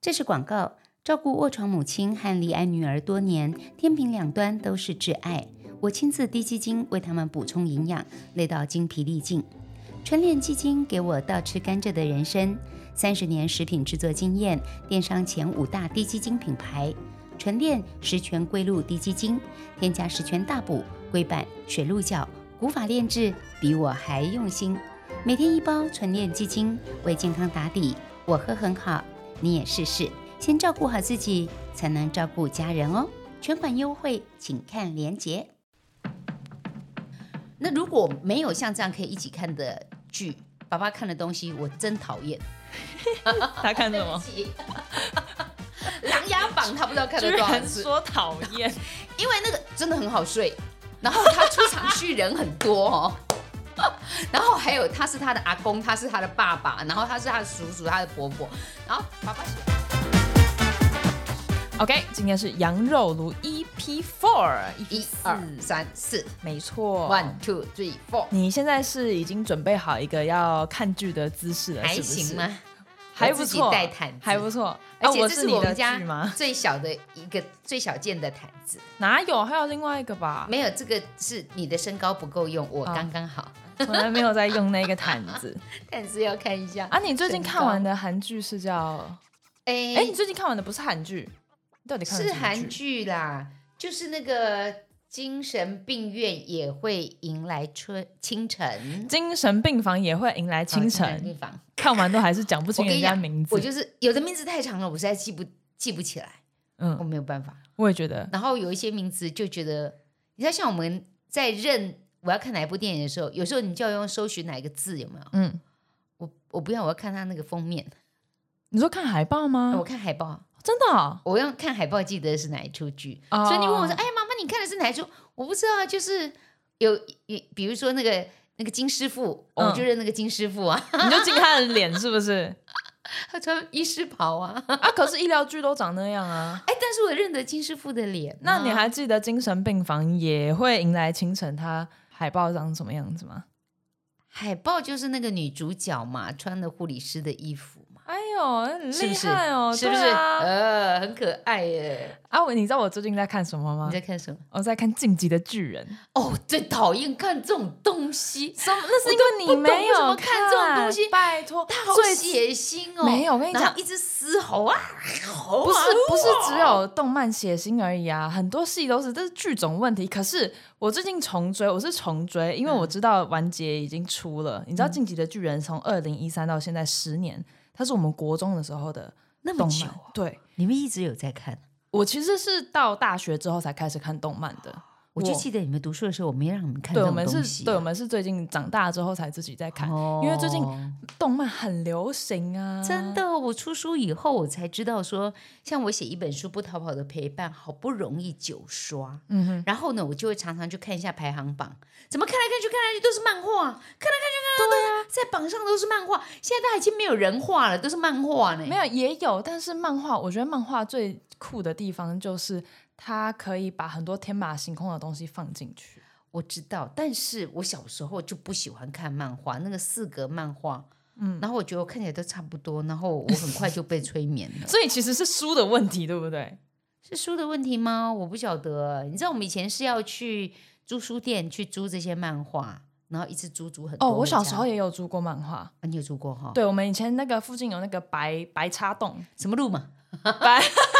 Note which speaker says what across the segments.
Speaker 1: 这是广告。照顾卧床母亲和离癌女儿多年，天平两端都是挚爱。我亲自滴鸡精为他们补充营养，累到精疲力尽。春恋基金给我倒吃甘蔗的人生，三十年食品制作经验，电商前五大低基金品牌。纯炼十全归路低基金，添加十全大补、龟板、水鹿角、古法炼制，比我还用心。每天一包纯炼基金，为健康打底。我喝很好，你也试试。先照顾好自己，才能照顾家人哦。全款优惠，请看连结。那如果没有像这样可以一起看的剧，爸爸看的东西我真讨厌。
Speaker 2: 他看什么？
Speaker 1: 对不起琅琊榜》他不知道看了多少次，
Speaker 2: 说讨厌，
Speaker 1: 因为那个真的很好睡，然后他出场戏人很多哦。 然后还有他是他的阿公，他是他的爸爸，然后他是他的叔叔，他的伯伯，然后爸爸喜欢
Speaker 2: OK，今天是羊肉炉 EP Four，E
Speaker 1: 一二三 E 四
Speaker 2: 没错。
Speaker 1: ，one two three four，
Speaker 2: 你现在是已经准备好一个要看剧的姿势了，
Speaker 1: 还
Speaker 2: 是不是
Speaker 1: 行？吗？
Speaker 2: 还
Speaker 1: 我
Speaker 2: 不
Speaker 1: 自己
Speaker 2: 错，
Speaker 1: 带毯子
Speaker 2: 还不错。
Speaker 1: 而
Speaker 2: 啊
Speaker 1: 且
Speaker 2: 我
Speaker 1: 哎这
Speaker 2: 是
Speaker 1: 是
Speaker 2: 你
Speaker 1: 我
Speaker 2: 的
Speaker 1: 们
Speaker 2: 剧
Speaker 1: 家
Speaker 2: 吗？
Speaker 1: 最小的一个最小件的毯子，
Speaker 2: 哪有？还有另外一个吧？
Speaker 1: 没有这个是你的身高不够用，
Speaker 2: 哦
Speaker 1: 我刚刚好，
Speaker 2: 从来没有在用那个毯 子
Speaker 1: 但是要看一下。
Speaker 2: 啊！你最近看完的韩剧是叫……哎、
Speaker 1: 哎
Speaker 2: 你，最近看完的不是韩剧，你到底看的
Speaker 1: 是
Speaker 2: 什么
Speaker 1: 韩？剧啦，就是那个精神病院也会迎来春清晨，
Speaker 2: 精神病房也会迎来清晨，
Speaker 1: 好病房。
Speaker 2: 看完都还是讲不
Speaker 1: 我
Speaker 2: 清
Speaker 1: 跟
Speaker 2: 人
Speaker 1: 你
Speaker 2: 家
Speaker 1: 讲
Speaker 2: 名字。
Speaker 1: 我就是有的名字太长了，我实在记不记不起来，我
Speaker 2: 嗯，
Speaker 1: 没有办法。
Speaker 2: 我也觉得
Speaker 1: 然后有一些名字就觉得，你知道，像我们在认我要看哪一部电影的时候，有时候你就要用搜寻哪一个字，有没有？
Speaker 2: 嗯，
Speaker 1: 我我不要，我要看它那个封面，
Speaker 2: 你说看海报吗？
Speaker 1: 我看海报，
Speaker 2: 真的哦、
Speaker 1: 我用看海报记得是哪一出剧。
Speaker 2: 哦
Speaker 1: 所以你问我说：“哎，妈妈，你看的是哪一出？”我不知道啊，就是有有，比如说那个那个金师傅，哦
Speaker 2: 嗯
Speaker 1: 我就认那个金师傅啊，
Speaker 2: 你就敬他的脸是不是？
Speaker 1: 他穿医师袍啊，
Speaker 2: 啊，可是医疗剧都长那样啊。
Speaker 1: 哎，但是我认得金师傅的脸啊。
Speaker 2: 那你还记得精神病房也会迎来清晨，它海报长什么样子吗？
Speaker 1: 海报就是那个女主角嘛，穿的护理师的衣服嘛，
Speaker 2: 哎呦，很
Speaker 1: 是不
Speaker 2: 厉
Speaker 1: 是？
Speaker 2: 害哦，
Speaker 1: 是不是？
Speaker 2: 对啊，
Speaker 1: 呃，很可爱耶。
Speaker 2: 啊，我你知道我最近在看什么吗
Speaker 1: 你？在看什么？
Speaker 2: 我在看《进击的巨人》，
Speaker 1: 哦，最讨厌看这种东西，
Speaker 2: 什么？哦那是
Speaker 1: 我
Speaker 2: 因为
Speaker 1: 都
Speaker 2: 你
Speaker 1: 不懂
Speaker 2: 没
Speaker 1: 为什
Speaker 2: 有
Speaker 1: 么看这种东西
Speaker 2: 拜托，
Speaker 1: 它好
Speaker 2: 最
Speaker 1: 血腥哦。
Speaker 2: 没有我跟你讲
Speaker 1: 然后一直嘶吼啊，吼啊
Speaker 2: 不是不是只有动漫血腥而已啊，很多戏都是，这是剧种问题。可是我最近重追，我是重追，因为我知道完结已经出了。你知道《进击的巨人》从二零一三到现在十年，它是我们国中的时候的
Speaker 1: 那么
Speaker 2: 动
Speaker 1: 久
Speaker 2: 漫
Speaker 1: 啊，。
Speaker 2: 对
Speaker 1: 你们一直有在看。
Speaker 2: 我其实是到大学之后才开始看动漫的。
Speaker 1: 我就记得你们读书的时候，我没让你们看
Speaker 2: 对，
Speaker 1: 这
Speaker 2: 我
Speaker 1: 种
Speaker 2: 们
Speaker 1: 东西
Speaker 2: 是，
Speaker 1: 啊。
Speaker 2: 对，我们是最近长大之后才自己在看，
Speaker 1: 哦
Speaker 2: 因为最近动漫很流行啊，
Speaker 1: 真的哦，我出书以后我才知道说，像我写一本书《不逃跑的陪伴》，好不容易九刷，
Speaker 2: 嗯哼，
Speaker 1: 然后呢，我就会常常去看一下排行榜，怎么看来看去看来看去都是漫画，看来看去看来看去都是在榜上都是漫画，现在都已经没有人画了，都是漫画呢。
Speaker 2: 没有，也有，但是漫画，我觉得漫画最酷的地方就是它可以把很多天马行空的东西放进去。
Speaker 1: 我知道，但是我小时候就不喜欢看漫画，那个四格漫画，嗯，然后我觉得我看起来都差不多，然后我很快就被催眠了。
Speaker 2: 所以其实是书的问题，对不对？
Speaker 1: 是书的问题吗？我不晓得。你知道我们以前是要去租书店去租这些漫画，然后一次租租很多
Speaker 2: 哦，
Speaker 1: 回家。
Speaker 2: 我小时候也有租过漫画。
Speaker 1: 啊，你有租过哈？，
Speaker 2: 对，我们以前那个附近有那个白白插 洞，
Speaker 1: 什么路嘛？
Speaker 2: 白，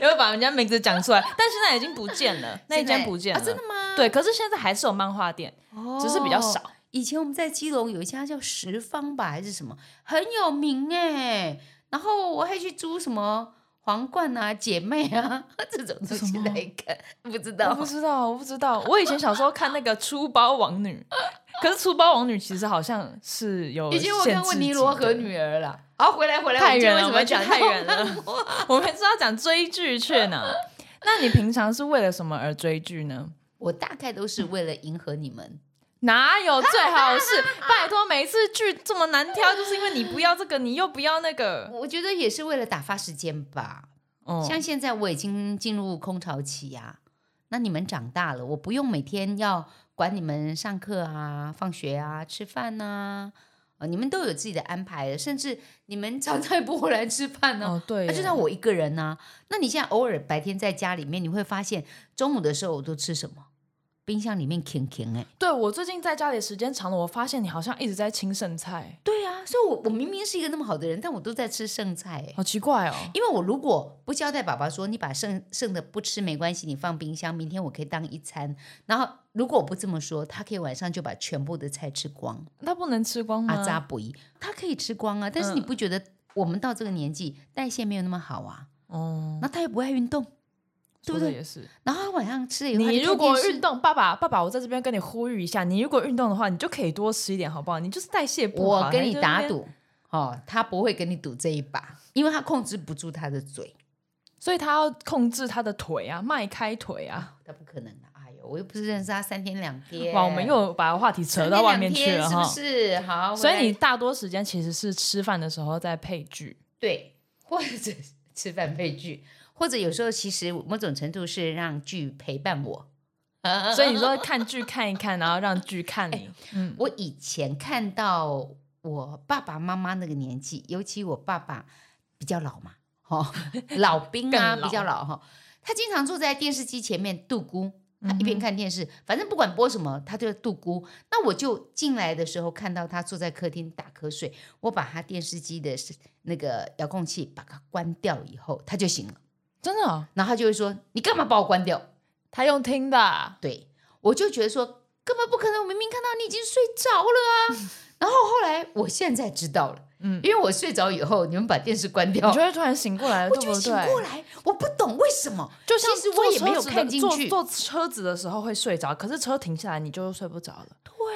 Speaker 2: 也会把人家名字讲出来，但现在已经不见了，那一
Speaker 1: 现
Speaker 2: 间
Speaker 1: 在
Speaker 2: 不见了。
Speaker 1: 啊真的吗？
Speaker 2: 对，可是现在还是有漫画店，
Speaker 1: 哦
Speaker 2: 只是比较少。
Speaker 1: 以前我们在基隆有一家叫十方吧，还是什么，很有名哎、然后我还去租什么皇冠啊、姐妹啊 这种东西来看，不知
Speaker 2: 我
Speaker 1: 道
Speaker 2: 不知道，我不知道。我以前小时候看那个《出包王女》，可是《出包王女》其实好像是有
Speaker 1: 以前我
Speaker 2: 限
Speaker 1: 看
Speaker 2: 制
Speaker 1: 过《尼罗
Speaker 2: 级的
Speaker 1: 河女儿》啦。好，回来回来，
Speaker 2: 太远了
Speaker 1: 我们今天为什么讲
Speaker 2: 我们去太远
Speaker 1: 到漫画
Speaker 2: 啊 我们是要讲追剧却呢。那你平常是为了什么而追剧 呢？
Speaker 1: 我大概都是为了迎合你们。
Speaker 2: 哪有最好是？拜托，每一次剧这么难挑，就是因为你不要这个，你又不要那个。
Speaker 1: 我觉得也是为了打发时间吧。
Speaker 2: 哦、
Speaker 1: 像现在我已经进入空巢期呀、那你们长大了，我不用每天要管你们上课啊、放学啊、吃饭呐、呃，你们都有自己的安排的，甚至你们 常常也不回来吃饭呢、
Speaker 2: 哦，对
Speaker 1: 那、
Speaker 2: 耶，
Speaker 1: 就算我一个人呢、那你现在偶尔白天在家里面，你会发现中午的时候我都吃什么？冰箱里面甜甜哎，
Speaker 2: 对我最近在家里时间长了，我发现你好像一直在清剩菜，
Speaker 1: 对啊，所以我我明明是一个那么好的人，但我都在吃剩菜哎。
Speaker 2: 好奇怪哦。
Speaker 1: 因为我如果不交代爸爸说你把剩剩的不吃没关系，你放冰箱，明天我可以当一餐。然后如果我不这么说，他可以晚上就把全部的菜吃光。
Speaker 2: 那不能吃光吗？
Speaker 1: 阿扎不一，他可以吃光啊，但是你
Speaker 2: 嗯
Speaker 1: 不觉得我们到这个年纪代谢没有那么好啊？
Speaker 2: 哦，
Speaker 1: 那他也不爱运动，对不
Speaker 2: 说得
Speaker 1: 对？
Speaker 2: 也是。
Speaker 1: 然后他晚上吃了以后，
Speaker 2: 你如果运
Speaker 1: 动，
Speaker 2: 动，爸爸爸爸，我在这边跟你呼吁一下，你如果运动的话，你就可以多吃一点，好不好？你就是代谢不好。
Speaker 1: 我跟你打
Speaker 2: 还在那边，
Speaker 1: 赌，哦，他不会跟你赌这一把，因为他控制不住他的嘴，
Speaker 2: 所以他要控制他的腿啊，迈开腿啊。
Speaker 1: 他哦不可能的。哎呦，我又不是认识他三天两天，
Speaker 2: 哇，我们又把话题扯
Speaker 1: 三
Speaker 2: 到
Speaker 1: 天
Speaker 2: 外
Speaker 1: 两
Speaker 2: 面去
Speaker 1: 天
Speaker 2: 了
Speaker 1: 是不
Speaker 2: 哈。
Speaker 1: 是？好，
Speaker 2: 所
Speaker 1: 我
Speaker 2: 以你
Speaker 1: 来
Speaker 2: 大多时间其实是吃饭的时候在配 剧，
Speaker 1: 对，或者吃饭配剧，或者有时候其实某种程度是让剧陪伴 我。
Speaker 2: 所以你说看剧看一看，然后让剧看
Speaker 1: 哎
Speaker 2: 你。嗯，
Speaker 1: 我以前看到我爸爸妈妈那个年纪，尤其我爸爸比较老嘛， 哦，老兵啊，
Speaker 2: 更老
Speaker 1: 比较老哈、他经常坐在电视机前面度孤。
Speaker 2: 嗯
Speaker 1: 他一边看电视，反正不管播什么，他就度孤。那我就进来的时候看到他坐在客厅打瞌睡，我把他电视机的是那个遥控器把它关掉以后，他就醒了。
Speaker 2: 真的哦，
Speaker 1: 然后他就会说：“你干嘛把我关掉？”
Speaker 2: 他用听的啊。
Speaker 1: 对，我就觉得说根本不可能，我明明看到你已经睡着了啊。 然后后来我现在知道了，
Speaker 2: 嗯
Speaker 1: 因为我睡着以后，你们把电视关掉
Speaker 2: 你就，会突然醒过来了，
Speaker 1: 哦我
Speaker 2: 对
Speaker 1: 就
Speaker 2: 不
Speaker 1: 醒过
Speaker 2: 对？
Speaker 1: 来，我不懂为什么。
Speaker 2: 就像
Speaker 1: 其实
Speaker 2: 坐
Speaker 1: 我也没有
Speaker 2: 车子的
Speaker 1: 看进
Speaker 2: 坐
Speaker 1: 去
Speaker 2: 坐车子的时候会睡着，可是车停下来你就睡不着了，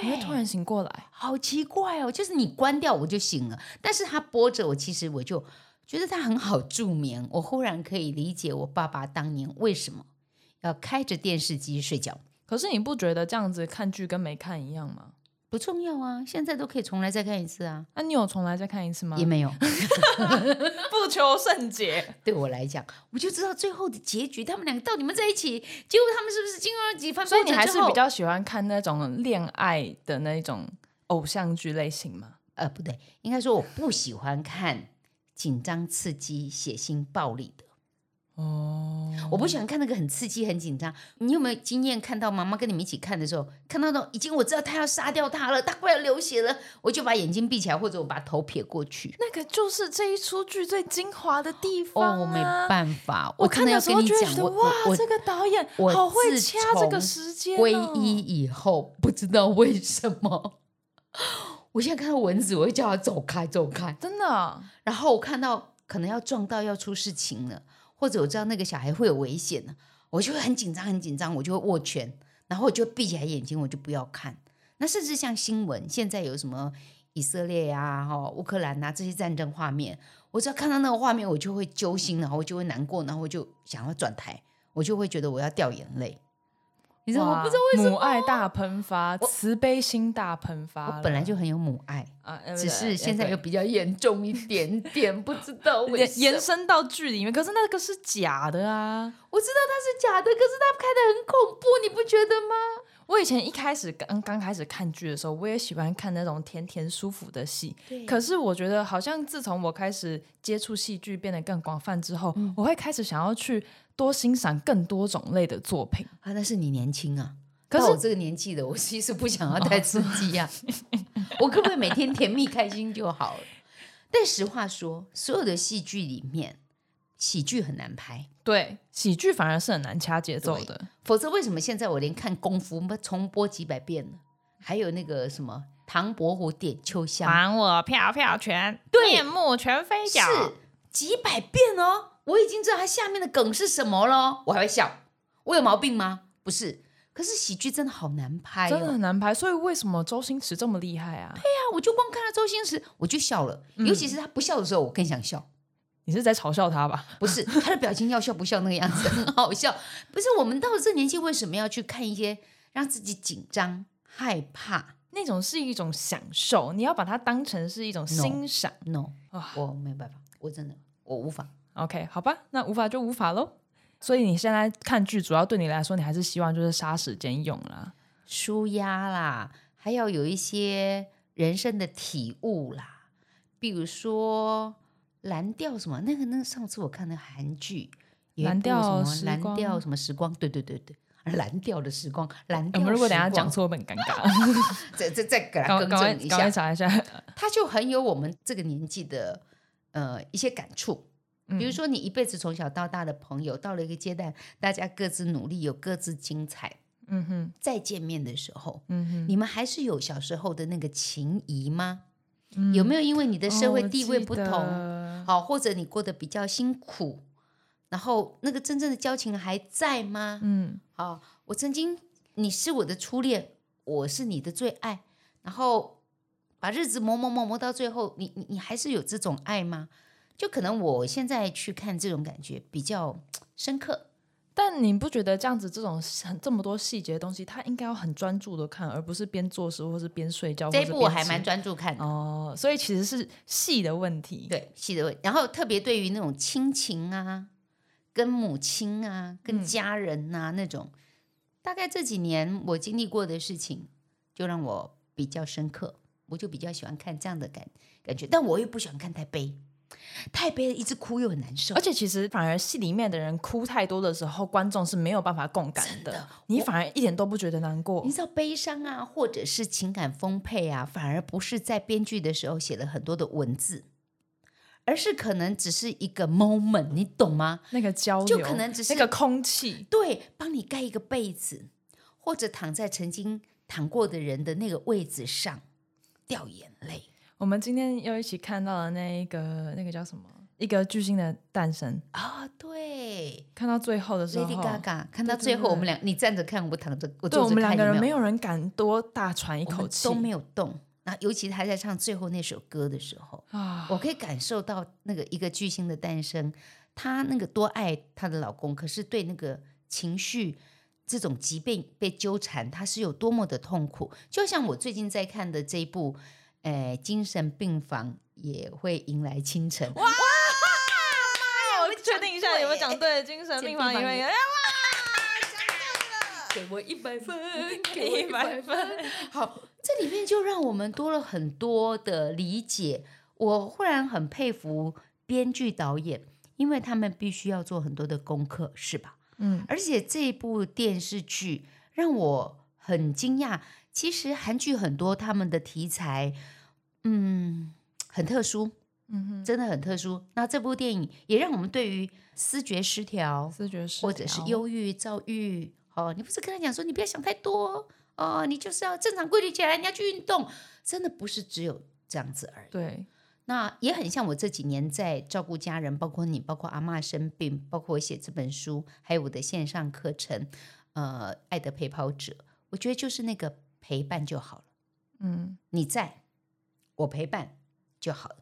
Speaker 2: 你会突
Speaker 1: 对，
Speaker 2: 然醒过来。
Speaker 1: 好奇怪哦，就是你关掉我就醒了，但是他播着我，其实我就觉得他很好助眠。我忽然可以理解我爸爸当年为什么要开着电视机睡觉。
Speaker 2: 可是你不觉得这样子看剧跟没看一样吗？
Speaker 1: 不重要啊，现在都可以重来再看一次啊，
Speaker 2: 那、你有重来再看一次吗？
Speaker 1: 也没有。
Speaker 2: 不求甚解。
Speaker 1: 对我来讲，我就知道最后的结局，他们两个到底有没有在一起？结果他们是不是经过了几番
Speaker 2: 所以
Speaker 1: 波
Speaker 2: 你
Speaker 1: 折
Speaker 2: 还
Speaker 1: 之
Speaker 2: 是
Speaker 1: 后
Speaker 2: 比较喜欢看那种恋爱的那种偶像剧类型吗？
Speaker 1: 呃不对，应该说我不喜欢看紧张、刺激、血腥、暴力的，
Speaker 2: 哦，
Speaker 1: 我不喜欢看那个很刺激、很紧张。你有没有经验看到妈妈跟你们一起看的时候，看到那种已经我知道他要杀掉他了，他快要流血了，我就把眼睛闭起来，或者我把头撇过去。
Speaker 2: 那个就是这一出剧最精华的地方、啊。
Speaker 1: 哦，我没办法，
Speaker 2: 我
Speaker 1: 真
Speaker 2: 看
Speaker 1: 的要
Speaker 2: 的时
Speaker 1: 跟
Speaker 2: 候
Speaker 1: 你
Speaker 2: 就会
Speaker 1: 讲
Speaker 2: 觉，得
Speaker 1: 我
Speaker 2: 哇
Speaker 1: 我，
Speaker 2: 这个导演
Speaker 1: 我
Speaker 2: 好会
Speaker 1: 自
Speaker 2: 掐这个
Speaker 1: 从
Speaker 2: 时间、哦。
Speaker 1: 皈依以后，不知道为什么，我现在看到蚊子，我会叫它走开，走开。
Speaker 2: 真的哦、
Speaker 1: 然后我看到可能要撞到要出事情了，或者我知道那个小孩会有危险了，我就会很紧张，很紧张，我就会握拳，然后我就闭起来眼睛，我就不要看。那甚至像新闻，现在有什么以色列呀、啊、哈、乌克兰呐、这些战争画面，我只要看到那个画面，我就会揪心，然后我就会难过，然后我就想要转台，我就会觉得我要掉眼泪。你知道吗？我不知道
Speaker 2: 为什么母爱大喷发，慈悲心大喷发了。
Speaker 1: 我本来就很有母爱，
Speaker 2: 啊，呃
Speaker 1: 只是现在又
Speaker 2: 对
Speaker 1: 比较严重一点 点，不知道为
Speaker 2: 延
Speaker 1: 什么
Speaker 2: 延。伸到剧里面，可是那个是假的啊！
Speaker 1: 我知道它是假的，可是它开的很恐怖，你不觉得吗？
Speaker 2: 我以前一开始刚嗯刚开始看剧的时候，我也喜欢看那种甜甜舒服的戏。
Speaker 1: 对
Speaker 2: 可是我觉得，好像自从我开始接触戏剧变得更广泛之后，我会开始想要去多欣赏更多种类的作品。
Speaker 1: 啊，那是你年轻啊。
Speaker 2: 可是
Speaker 1: 到我这个年纪的，我其实不想要太刺激 呀、我可不可以每天甜蜜开心就好了？但实话说，所有的戏剧里面，喜剧很难拍，
Speaker 2: 对，喜剧反而是很难掐节奏
Speaker 1: 对
Speaker 2: 的。
Speaker 1: 否则为什么现在我连看功夫重播几百遍呢？还有那个什么唐伯虎点秋香，
Speaker 2: 还我票票拳，
Speaker 1: 对
Speaker 2: 面目全非脚。
Speaker 1: 是几百遍哦，我已经知道它下面的梗是什么了，我还会笑。我有毛病吗？不是，可是喜剧真的好难拍、哦，
Speaker 2: 真的很难拍，所以为什么周星驰这么厉害啊？
Speaker 1: 啊！我就光看到周星驰我就笑了，
Speaker 2: 嗯
Speaker 1: 尤其是他不笑的时候，我更想笑。
Speaker 2: 你是在嘲笑他吧？
Speaker 1: 不是他的表情要笑不笑那个样子很好笑，不是我们到了这年纪为什么要去看一些让自己紧张害怕
Speaker 2: 那种是一种享受，你要把它当成是一种欣赏。
Speaker 1: ？No，
Speaker 2: 哇
Speaker 1: 我没有办法，我真的我无法。
Speaker 2: OK，好吧，那无法就无法喽。所以你现在看剧，主要对你来说，你还是希望就是杀时间用啦。
Speaker 1: 舒压啦，还要有一些人生的体悟啦，比如说蓝调什么那个，那个上次我看那个韩剧，有一
Speaker 2: 蓝
Speaker 1: 部
Speaker 2: 调
Speaker 1: 什
Speaker 2: 时
Speaker 1: 么蓝
Speaker 2: 光
Speaker 1: 调什么时光，对对对对，蓝调的时光，蓝
Speaker 2: 我
Speaker 1: 调。
Speaker 2: 们如果等一下讲，错，会很尴尬。
Speaker 1: 再再再给他
Speaker 2: 赶
Speaker 1: 更
Speaker 2: 赶快
Speaker 1: 正一
Speaker 2: 赶
Speaker 1: 下，
Speaker 2: 快查一下。
Speaker 1: 他就很有我们这个年纪的呃一些感触。
Speaker 2: 嗯
Speaker 1: 比如说，你一辈子从小到大的朋友，到了一个阶段，大家各自努力，有各自精彩。
Speaker 2: 嗯哼，
Speaker 1: 再见面的时候，
Speaker 2: 嗯哼，
Speaker 1: 你们还是有小时候的那个情谊吗？
Speaker 2: 嗯
Speaker 1: 有没有因为你的
Speaker 2: 有
Speaker 1: 社会地位不同，
Speaker 2: 哦同？
Speaker 1: 好、或者你过得比较辛苦，然后那个真正的交情还在吗？
Speaker 2: 嗯
Speaker 1: 好、我曾经你是我的初恋，我是你的最爱，然后把日子磨磨磨磨到最后，你你你还是有这种爱吗？就可能我现在去看这种感觉比较深刻，
Speaker 2: 但你不觉得这样子这种很这么多细节的东西，他应该要很专注的看，而不是边做事或是边睡觉？
Speaker 1: 这一
Speaker 2: 或是
Speaker 1: 部
Speaker 2: 边
Speaker 1: 我还
Speaker 2: 吃
Speaker 1: 蛮专注看的。
Speaker 2: 哦，所以其实是戏的问题。，
Speaker 1: 对，细的味。然后特别对于那种亲情啊，跟母亲啊，跟
Speaker 2: 嗯
Speaker 1: 家人呐、那种，大概这几年我经历过的事情，就让我比较深刻。我就比较喜欢看这样的感感觉，但我又不喜欢看太悲，太悲了一直哭又很难受
Speaker 2: 而。且其实反而戏里面的人哭太多的时候，观众是没有办法共感的，你反而一点都不觉得难过
Speaker 1: 你。知道悲伤啊，或者是情感丰沛啊，反而不是在编剧的时候写了很多的文字，而是可能只是一个 moment，你懂吗？
Speaker 2: 那个交流，
Speaker 1: 就可能只是
Speaker 2: 那个空气，
Speaker 1: 对，帮你盖一个被子，或者躺在曾经躺过的人的那个位置上，掉眼泪。
Speaker 2: 我们今天又一起看到了那一个那个叫什么？一个巨星的诞生，
Speaker 1: 啊、对
Speaker 2: 看到最哦后的时候
Speaker 1: ，Lady Gaga，看
Speaker 2: 对
Speaker 1: 到
Speaker 2: 对
Speaker 1: 最后，我们
Speaker 2: 对
Speaker 1: 俩你站着看，我躺着，我
Speaker 2: 对
Speaker 1: 坐
Speaker 2: 我
Speaker 1: 着
Speaker 2: 们两
Speaker 1: 看，
Speaker 2: 个人
Speaker 1: 有
Speaker 2: 没
Speaker 1: 没有
Speaker 2: 有人敢多大喘一
Speaker 1: 我
Speaker 2: 口
Speaker 1: 们
Speaker 2: 气
Speaker 1: 都没有动。那尤其他在唱最后那首歌的时候，
Speaker 2: 啊！
Speaker 1: 我可以感受到那个一个巨星的诞生，她那个多爱她的老公，可是对那个情绪这种疾病被纠缠，她是有多么的痛苦。就像我最近在看的这一部，呃，精神病房也会迎来清晨。哇，
Speaker 2: 我确定一下有没有讲对，精神病房因为
Speaker 1: 健
Speaker 2: 哇，
Speaker 1: 给我一百分，
Speaker 2: 给我100分。
Speaker 1: 好，这里面就让我们多了很多的理解。我忽然很佩服编剧导演，因为他们必须要做很多的功课，是吧？
Speaker 2: 嗯，
Speaker 1: 而且这部电视剧让我很惊讶。其实韩剧很多他们的题材，嗯，很特殊，
Speaker 2: 嗯哼，
Speaker 1: 真的很特殊。那这部电影也让我们对于思觉失调
Speaker 2: 视觉失
Speaker 1: 或者是
Speaker 2: 调
Speaker 1: 忧郁、躁郁，哦，你不是跟他讲说你不要想太多哦，你就是要正常规律起来，你要去运动，真的不是只有这样子而已。
Speaker 2: 对，
Speaker 1: 那也很像我这几年在照顾家人，包括你，包括阿嬷生病，包括我写这本书，还有我的线上课程，呃，《爱的陪跑者》，我觉得就是那个陪伴就好了，
Speaker 2: 嗯，
Speaker 1: 你在，我陪伴就好了。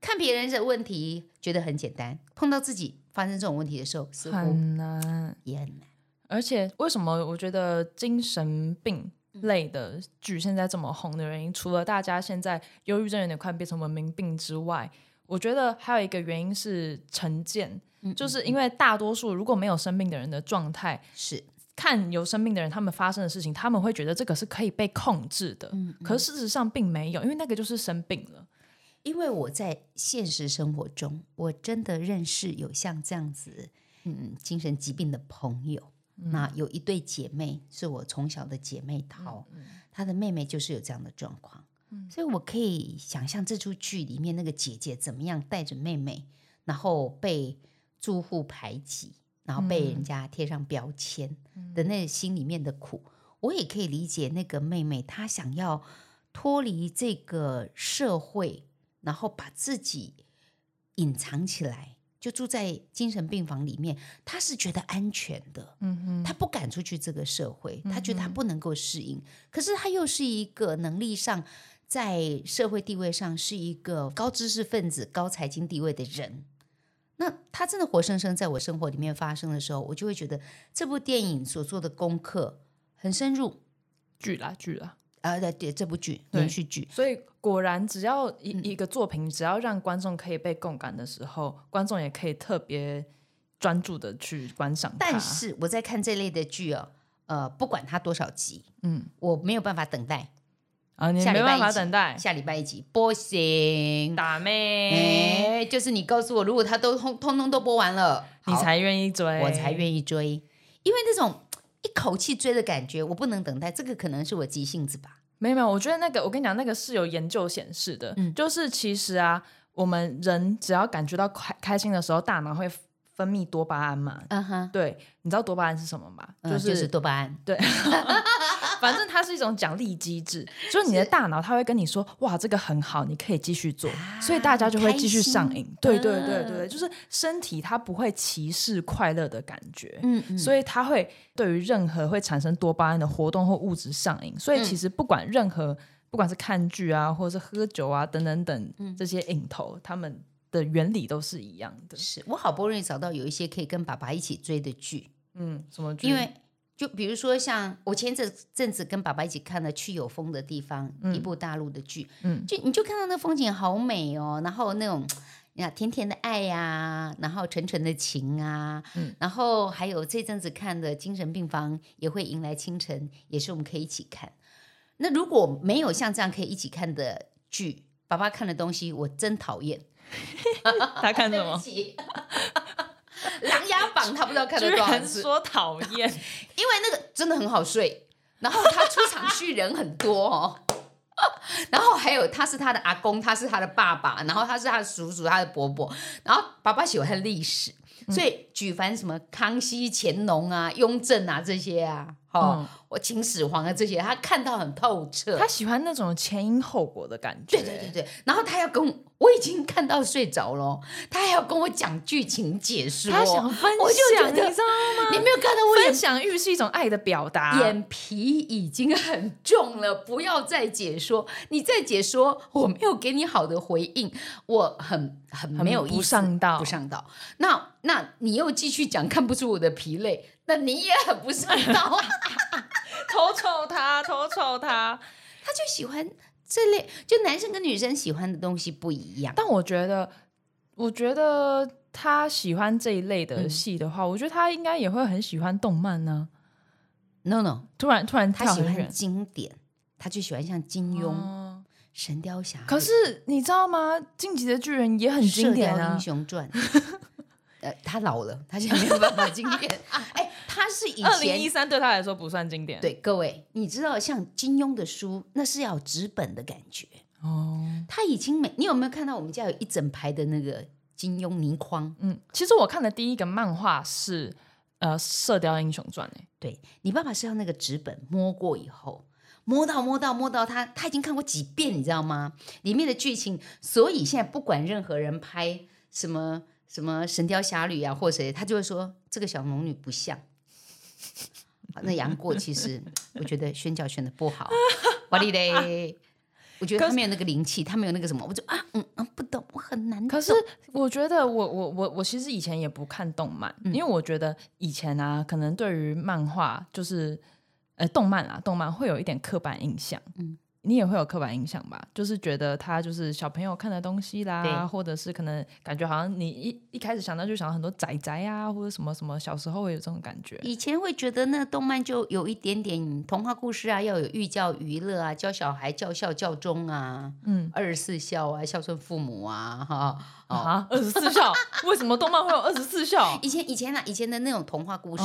Speaker 1: 看别人的问题觉得很简单，碰到自己发生这种问题的时候，似乎
Speaker 2: 很难。
Speaker 1: 也很难。
Speaker 2: 而且为什么我觉得精神病类的剧现在这么红的原因，除了大家现在忧郁症有点快变成文明病之外，我觉得还有一个原因是成见，就是因为大多数如果没有生病的人的状态，
Speaker 1: 是
Speaker 2: 看有生病的人他们发生的事情，他们会觉得这个是可以被控制的，可是事实上并没有，因为那个就是生病了。
Speaker 1: 因为我在现实生活中，我真的认识有像这样子，嗯，精神疾病的朋友。那有一对姐妹是我从小的姐妹淘，她的妹妹就是有这样的状况，所以我可以想象这出剧里面那个姐姐怎么样带着妹妹，然后被住户排挤，然后被人家贴上标签的那心里面的苦，我也可以理解那个妹妹她想要脱离这个社会，然后把自己隐藏起来，就住在精神病房里面，她是觉得安全的。
Speaker 2: 嗯哼，嗯
Speaker 1: 她不敢出去这个社会，她觉得她不能够适应。可是她又是一个能力上，在社会地位上是一个高知识分子、高财经地位的人。那她真的活生生在我生活里面发生的时候，我就会觉得这部电影所做的功课很深入。
Speaker 2: 剧啦剧啦。
Speaker 1: 啊，对对，这部剧
Speaker 2: 对
Speaker 1: 连续剧，
Speaker 2: 所以果然，只要一、
Speaker 1: 嗯
Speaker 2: 一个作品，只要让观众可以被共感的时候，观众也可以特别专注的去观赏它。
Speaker 1: 但是我在看这类的剧哦，呃，不管它多少集，
Speaker 2: 嗯，
Speaker 1: 我没有办法等待，
Speaker 2: 啊，你
Speaker 1: 下礼
Speaker 2: 没
Speaker 1: 拜
Speaker 2: 办
Speaker 1: 一
Speaker 2: 法
Speaker 1: 集
Speaker 2: 等待，
Speaker 1: 下礼拜一集不行。
Speaker 2: 打妹，
Speaker 1: 哎，就是你告诉我，如果他都通通通都播完了，
Speaker 2: 你
Speaker 1: 好
Speaker 2: 才愿意追，
Speaker 1: 我才愿意追，因为那种一口气追的感觉，我不能等待。这个可能是我急性子吧。
Speaker 2: 没有没有，我觉得那个我跟你讲，那个是有研究显示的，
Speaker 1: 嗯
Speaker 2: 就是其实啊，我们人只要感觉到开开心的时候，大脑会分泌多巴胺嘛。
Speaker 1: 嗯哼，
Speaker 2: 对，你知道多巴胺是什么吗？
Speaker 1: 嗯
Speaker 2: 是、
Speaker 1: 就是多巴胺。
Speaker 2: 对， 反正它是一种奖励机制，就是你的大脑它会跟你说，哇，这个很好，你可以继续做，
Speaker 1: 啊
Speaker 2: 所以大家就会继续上瘾。对对对
Speaker 1: 嗯
Speaker 2: 对，就是身体它不会歧视快乐的感觉。
Speaker 1: 嗯嗯，
Speaker 2: 所以它会对于任何会产生多巴胺的活动或物质上瘾，所以
Speaker 1: 嗯
Speaker 2: 其实不管任何，不管是看剧啊，或者是喝酒啊等等
Speaker 1: 嗯
Speaker 2: 等这些瘾头，他们的原理都是一样的。
Speaker 1: 是我好不容易找到有一些可以跟爸爸一起追的剧，
Speaker 2: 嗯，什么剧？
Speaker 1: 因为就比如说像我前阵阵子跟爸爸一起看了《去有风的地方》一部大陆的剧，
Speaker 2: 嗯
Speaker 1: 就你就看到那风景好美哦，然后那种。呀，甜甜的爱呀、然后纯纯的情啊，
Speaker 2: 嗯
Speaker 1: 然后还有这阵子看的《精神病房》也会迎来清晨，也是我们可以一起看。那如果没有像这样可以一起看的剧，爸爸看的东西我真讨厌。
Speaker 2: 他看什
Speaker 1: 对不
Speaker 2: 么？
Speaker 1: 起，《琅琊榜》他不知道看
Speaker 2: 居
Speaker 1: 了多少
Speaker 2: 然
Speaker 1: 次，
Speaker 2: 说讨厌，
Speaker 1: 因为那个真的很好睡，然后他出场序人很多哦。 然后还有他是他的阿公，他是他的爸爸，然后他是他的叔叔，他的伯伯。然后爸爸喜欢历史，
Speaker 2: 嗯
Speaker 1: 所以举凡什么康熙、乾隆啊、雍正啊这些啊，哦，我秦始皇啊这些，他看到很透彻。
Speaker 2: 嗯他喜欢那种前因后果的感觉。
Speaker 1: 对对对对，然后他要跟我，我已经看到睡着了，他还要跟我讲剧情解说。
Speaker 2: 他想分
Speaker 1: 我就觉
Speaker 2: 享，你
Speaker 1: 得
Speaker 2: 知道吗？
Speaker 1: 你没有看到我眼
Speaker 2: 分享欲是一种爱的表达。
Speaker 1: 眼皮已经很重了，不要再解说。你再解说，我没有给你好的回应，我很很
Speaker 2: 很
Speaker 1: 没有意思，
Speaker 2: 不上道
Speaker 1: 不上道。那那你又继续讲，看不出我的疲累，那你也很不上 道。
Speaker 2: 头瞅 他，头瞅他。
Speaker 1: 他就喜欢这类，就男生跟女生喜欢的东西不一样。
Speaker 2: 但我觉得，我觉得他喜欢这一类的戏的
Speaker 1: 嗯
Speaker 2: 话，我觉得他应该也会很喜欢动漫呢、
Speaker 1: No no，
Speaker 2: 突然突然
Speaker 1: 他
Speaker 2: 跳
Speaker 1: 喜
Speaker 2: 很
Speaker 1: 欢
Speaker 2: 远，
Speaker 1: 经典，他就喜欢像金庸、
Speaker 2: 哦
Speaker 1: 神雕侠侣，
Speaker 2: 可是你知道吗？《进击的巨人》也很经典
Speaker 1: 射雕
Speaker 2: 啊
Speaker 1: 英。雄传》 呃，他老了，他现在没有办法经 典。哎，他是以
Speaker 2: 二零一
Speaker 1: 前
Speaker 2: 三对他来说不算经典。
Speaker 1: 对各位，你知道像金庸的书，那是要有纸本的感觉。
Speaker 2: 哦，
Speaker 1: 他已经没，你有没有看到我们家有一整排的那个金庸倪匡？
Speaker 2: 嗯，其实我看的第一个漫画是呃《射雕英雄传》欸诶，
Speaker 1: 对你爸爸是要那个纸本摸过以后。摸到摸到摸到他，他已经看过几遍，你知道吗？里面的剧情，所以现在不管任何人拍什么什么《神雕侠侣》啊，或谁，他就会说这个小龙女不像。 啊那杨过其实 我觉得宣教宣的不好，哇哩嘞，我觉得他没有那个灵气，他没有那个什么，我就啊嗯啊不懂，我很难懂。
Speaker 2: 可是我觉得我我我我其实以前也不看动漫，
Speaker 1: 嗯
Speaker 2: 因为我觉得以前啊，可能对于漫画就是呃动漫啊，动漫会有一点刻板印象，
Speaker 1: 嗯
Speaker 2: 嗯。你也会有刻板印象吧？就是觉得它就是小朋友看的东西
Speaker 1: 对
Speaker 2: 啦，或者是可能感觉好像你一一开始想到就想到很多仔仔啊，或者什么什么，小时候会有这种感觉。
Speaker 1: 以前会觉得那个动漫就有一点点童话故事啊，要有寓教于乐啊，教小孩教孝教忠啊，
Speaker 2: 嗯，
Speaker 1: 二十四孝啊，孝顺父母啊，哈。哦，
Speaker 2: 啊，二十四孝， 为什么动漫会有二十四孝？哦
Speaker 1: 以前以前啊，以前的那种童话故
Speaker 2: 不
Speaker 1: 事，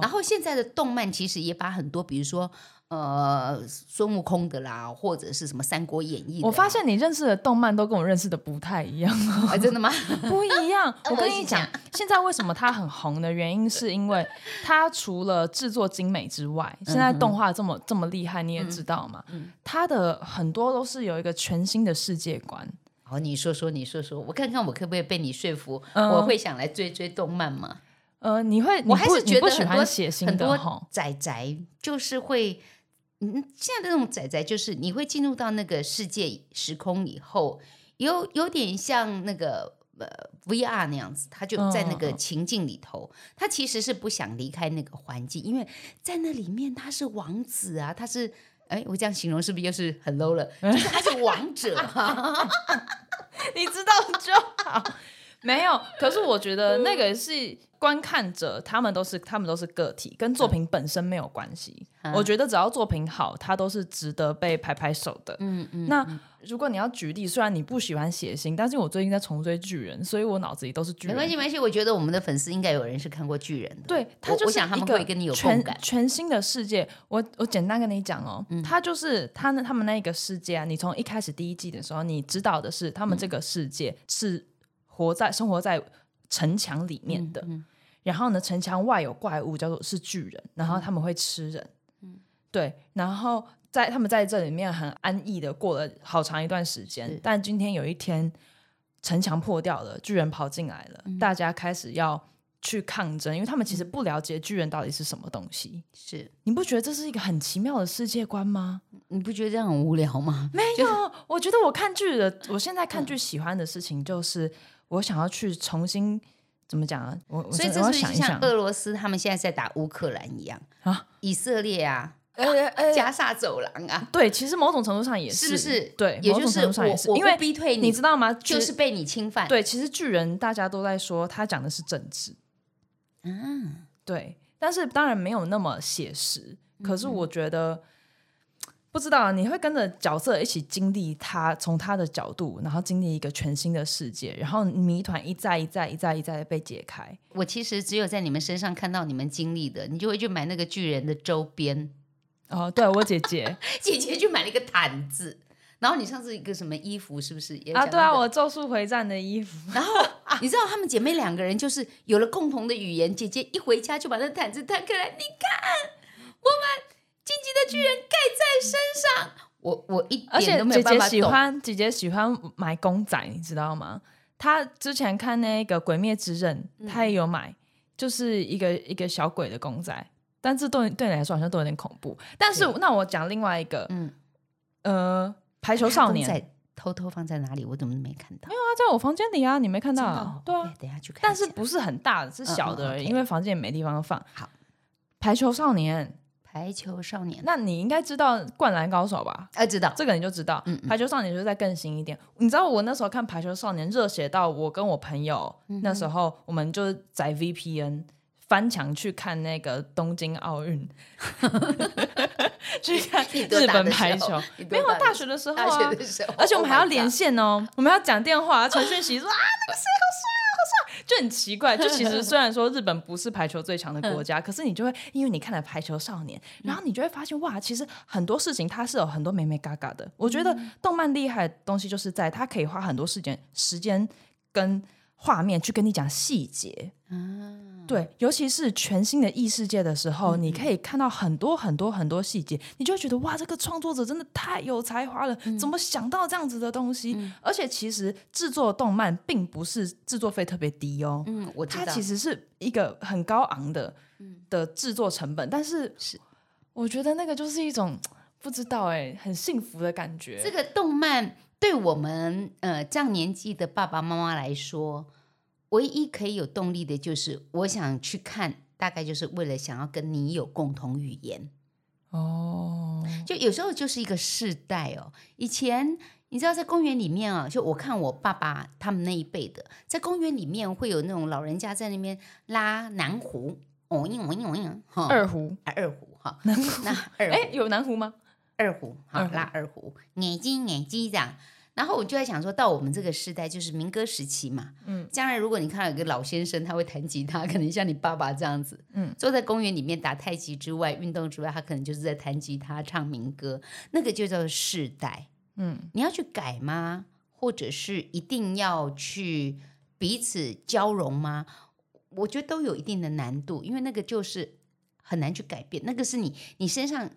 Speaker 1: 然后现在的动漫其实也把很多，比如说呃孙悟空的啦，或者是什么《三国演义》的啦，
Speaker 2: 我发现你认识的动漫都跟我认识的不太 一样，
Speaker 1: 啊，真的吗？
Speaker 2: 不一样。
Speaker 1: 呃
Speaker 2: 我跟
Speaker 1: 我是
Speaker 2: 你讲，现在为什么它很红的原因，是因为它除了制作精美之外，现在动画这么这么厉害，你也知道嘛
Speaker 1: 嗯嗯嗯，
Speaker 2: 它的很多都是有一个全新的世界观。
Speaker 1: 好，你说说，你说说，我看看我可不可以被你说服，
Speaker 2: 嗯
Speaker 1: 我会想来追追动漫吗？
Speaker 2: 呃，你会，
Speaker 1: 我还是
Speaker 2: 你
Speaker 1: 觉
Speaker 2: 不
Speaker 1: 得
Speaker 2: 你不喜
Speaker 1: 很
Speaker 2: 欢
Speaker 1: 多
Speaker 2: 血腥
Speaker 1: 很
Speaker 2: 的
Speaker 1: 多
Speaker 2: 吼，
Speaker 1: 仔仔就是会，嗯，现在的那种仔仔就是你会进入到那个世界时空以后，有有点像那个呃 VR 那样子，他就在那
Speaker 2: 嗯
Speaker 1: 个
Speaker 2: 嗯嗯
Speaker 1: 情境里头，他其实是不想离开那个环境，因为在那里面他是王子啊，他是。哎，我这样形容是不是又是 很 low 了？就是他是王者，
Speaker 2: 你知道就好。 没有，可是我觉得
Speaker 3: 嗯
Speaker 2: 那个是观看者，他们都是他们都是个体，跟
Speaker 3: 嗯
Speaker 2: 作品本身没有关系。我觉得只要作品好，它都是值得被拍拍手的。
Speaker 3: 嗯嗯，
Speaker 2: 那如果你要举例，虽然你不喜欢血腥，但是我最近在重追巨人，所以我脑子里都是巨
Speaker 3: 没
Speaker 2: 人。
Speaker 3: 关系没关系，我觉得我们的粉丝应该有人是看过巨人的，
Speaker 2: 对，它
Speaker 3: 我
Speaker 2: 就是
Speaker 3: 我想他们
Speaker 2: 一个
Speaker 3: 会跟你有共
Speaker 2: 全
Speaker 3: 感嗯
Speaker 2: 全新的世界。我我简单跟你讲哦，它就是他那他们那一个世界啊。你从一开始第一季的时候，你知道的是他们
Speaker 3: 嗯
Speaker 2: 这个世界是活在生活在城墙里面
Speaker 3: 嗯
Speaker 2: 的，然后呢，城墙外有怪物叫做是巨人，然
Speaker 3: 嗯
Speaker 2: 后他们会吃人，对，然后。在他们在这里面很安逸的过了好长一段时间
Speaker 3: 是，
Speaker 2: 但今天有一天城墙破掉了，巨人跑进来了，
Speaker 3: 嗯
Speaker 2: 大家开始要去抗争，因为他们其实不了解巨人到底是什么东西。
Speaker 3: 是
Speaker 2: 你不觉得这是一个很奇妙的世界观吗？
Speaker 3: 你不觉得这样很无聊吗？
Speaker 2: 没有，我觉得我看剧的，我现在
Speaker 3: 嗯
Speaker 2: 看剧喜欢的事情就是我想要去重新怎么讲啊？我我
Speaker 3: 所以
Speaker 2: 真
Speaker 3: 这
Speaker 2: 的要
Speaker 3: 是
Speaker 2: 想
Speaker 3: 不
Speaker 2: 一
Speaker 3: 是就像
Speaker 2: 想
Speaker 3: 俄罗斯他们现在在打乌克兰一样
Speaker 2: 啊，
Speaker 3: 以色列啊，
Speaker 2: 呃呃
Speaker 3: 加萨走廊啊，
Speaker 2: 对，其实某种程度上也
Speaker 3: 是不是？
Speaker 2: 对，
Speaker 3: 也
Speaker 2: 某
Speaker 3: 就
Speaker 2: 种
Speaker 3: 是
Speaker 2: 程度上
Speaker 3: 我
Speaker 2: 也是，
Speaker 3: 我
Speaker 2: 因为
Speaker 3: 不逼退
Speaker 2: 你知道吗？其
Speaker 3: 就
Speaker 2: 实
Speaker 3: 是被你侵犯，
Speaker 2: 对，其实巨人大家都在说他讲的是政治，
Speaker 3: 啊，
Speaker 2: 对，但是当然没有那么写实。可是我觉得，不知道啊你会跟着角色一起经历他，从他的角度，然后经历一个全新的世界，然后谜团一再一再一再一再的被解开。
Speaker 3: 我其实只有在你们身上看到你们经历的，你就会去买那个巨人的周 边。
Speaker 2: 哦，对我姐姐
Speaker 3: 姐姐去买了一个毯子，然后你上次一个什么衣服是不是也
Speaker 2: 啊，
Speaker 3: 讲
Speaker 2: 对啊，
Speaker 3: 到
Speaker 2: 我《咒术回战》的衣服，
Speaker 3: 然后你知道她们姐妹两个人就是有了共同的语言，姐姐一回家就把那毯子摊开来，你看我们荆棘的巨人盖在身上，我我一
Speaker 2: 而
Speaker 3: 点
Speaker 2: 且
Speaker 3: 都没
Speaker 2: 姐
Speaker 3: 有办
Speaker 2: 姐
Speaker 3: 法
Speaker 2: 喜
Speaker 3: 懂。
Speaker 2: 欢姐姐喜欢买公仔，你知道吗？她之前看那个《鬼灭之刃》，
Speaker 3: 嗯
Speaker 2: 她也有买，就是一个一个小鬼的公仔，但这对对你来说好像都有点恐怖。但是那我讲另外一个，
Speaker 3: 嗯
Speaker 2: 呃，排球少年，
Speaker 3: 她公仔偷偷放在哪里？我怎么没看到？没有
Speaker 2: 他在我房间里啊，你没看到啊？对啊，，
Speaker 3: 等一下哦去看一下。
Speaker 2: 但是不是很大的，是小的
Speaker 3: 嗯
Speaker 2: 而
Speaker 3: 嗯
Speaker 2: 已，
Speaker 3: ，OK
Speaker 2: 因为房间也没地方放。
Speaker 3: 好，
Speaker 2: 排球少年，
Speaker 3: 排球少年，
Speaker 2: 那你应该知道《灌篮高手》吧？
Speaker 3: 啊，知道
Speaker 2: 这个你就知道，
Speaker 3: 嗯嗯
Speaker 2: 排球少年就是再更新一点。你知道我那时候看排球少年热血到我跟我朋友、
Speaker 3: 嗯
Speaker 2: 那时候我们就是载 VPN 翻墙去看那个东京奥运， 去看
Speaker 3: 你多
Speaker 2: 日
Speaker 3: 大
Speaker 2: 本
Speaker 3: 的时候
Speaker 2: 排球。
Speaker 3: 你多
Speaker 2: 没有
Speaker 3: 大的
Speaker 2: 大学的时候
Speaker 3: 大学
Speaker 2: 啊，
Speaker 3: 的时候，
Speaker 2: 而且我们还
Speaker 3: Oh
Speaker 2: 要
Speaker 3: my
Speaker 2: 连
Speaker 3: God
Speaker 2: 线哦，我们要讲电话、传讯息说啊，那个谁好帅啊，好帅，就很奇 怪。就其实虽然说日本不是排球最强的国
Speaker 3: 嗯
Speaker 2: 家，可是你就会因为你看了《排球少年》，然后你就会发现哇，其实很多事情它是有很多美美嘎嘎的。我觉得
Speaker 3: 嗯
Speaker 2: 动漫厉害的东西就是在它可以花很多时间时间跟画面去跟你讲细节。对，尤其是全新的异世界的时候，
Speaker 3: 嗯
Speaker 2: 你可以看到很多很多很多细节，你就会觉得哇，这个创作者真的太有才华了，
Speaker 3: 嗯
Speaker 2: 怎么想到这样子的东西？而且其实制作动漫并不是制作费特别低哦，
Speaker 3: 嗯，我知
Speaker 2: 它
Speaker 3: 道嗯
Speaker 2: 其。实是一个很高昂的的制作成本，但是
Speaker 3: 是
Speaker 2: 我觉得那个就是一种不知道哎、很幸福的感觉。
Speaker 3: 这个动漫对我们呃这样年纪的爸爸妈妈来说，唯一可以有动力的就是我想去看，大概就是为了想要跟你有共同语言。
Speaker 2: 哦，
Speaker 3: 就有时候就是一个世代哦。以前你知道，在公园里面啊，就我看我爸爸他们那一辈的，在公园里面会有那种老人家在那边拉南胡，哦应哦应哦应，哈
Speaker 2: 二胡，
Speaker 3: 啊二胡哈， 那二胡
Speaker 2: 哎、有南胡吗？
Speaker 3: 二胡，好
Speaker 2: 二胡
Speaker 3: 拉二胡，眼睛眼睛这样。然后我就在想说，到我们这个时代，就是民歌时期嘛，
Speaker 2: 嗯，
Speaker 3: 将来如果你看到有个老先生，他会弹吉他，可能像你爸爸这样子，
Speaker 2: 嗯，
Speaker 3: 坐在公园里面打太极之外，运动之外，他可能就是在弹吉他、唱民歌，那个就叫做世代。
Speaker 2: 嗯，
Speaker 3: 你要去改吗？或者是一定要去彼此交融吗？我觉得都有一定的难度，因为那个就是很难去改变，那个是你你身上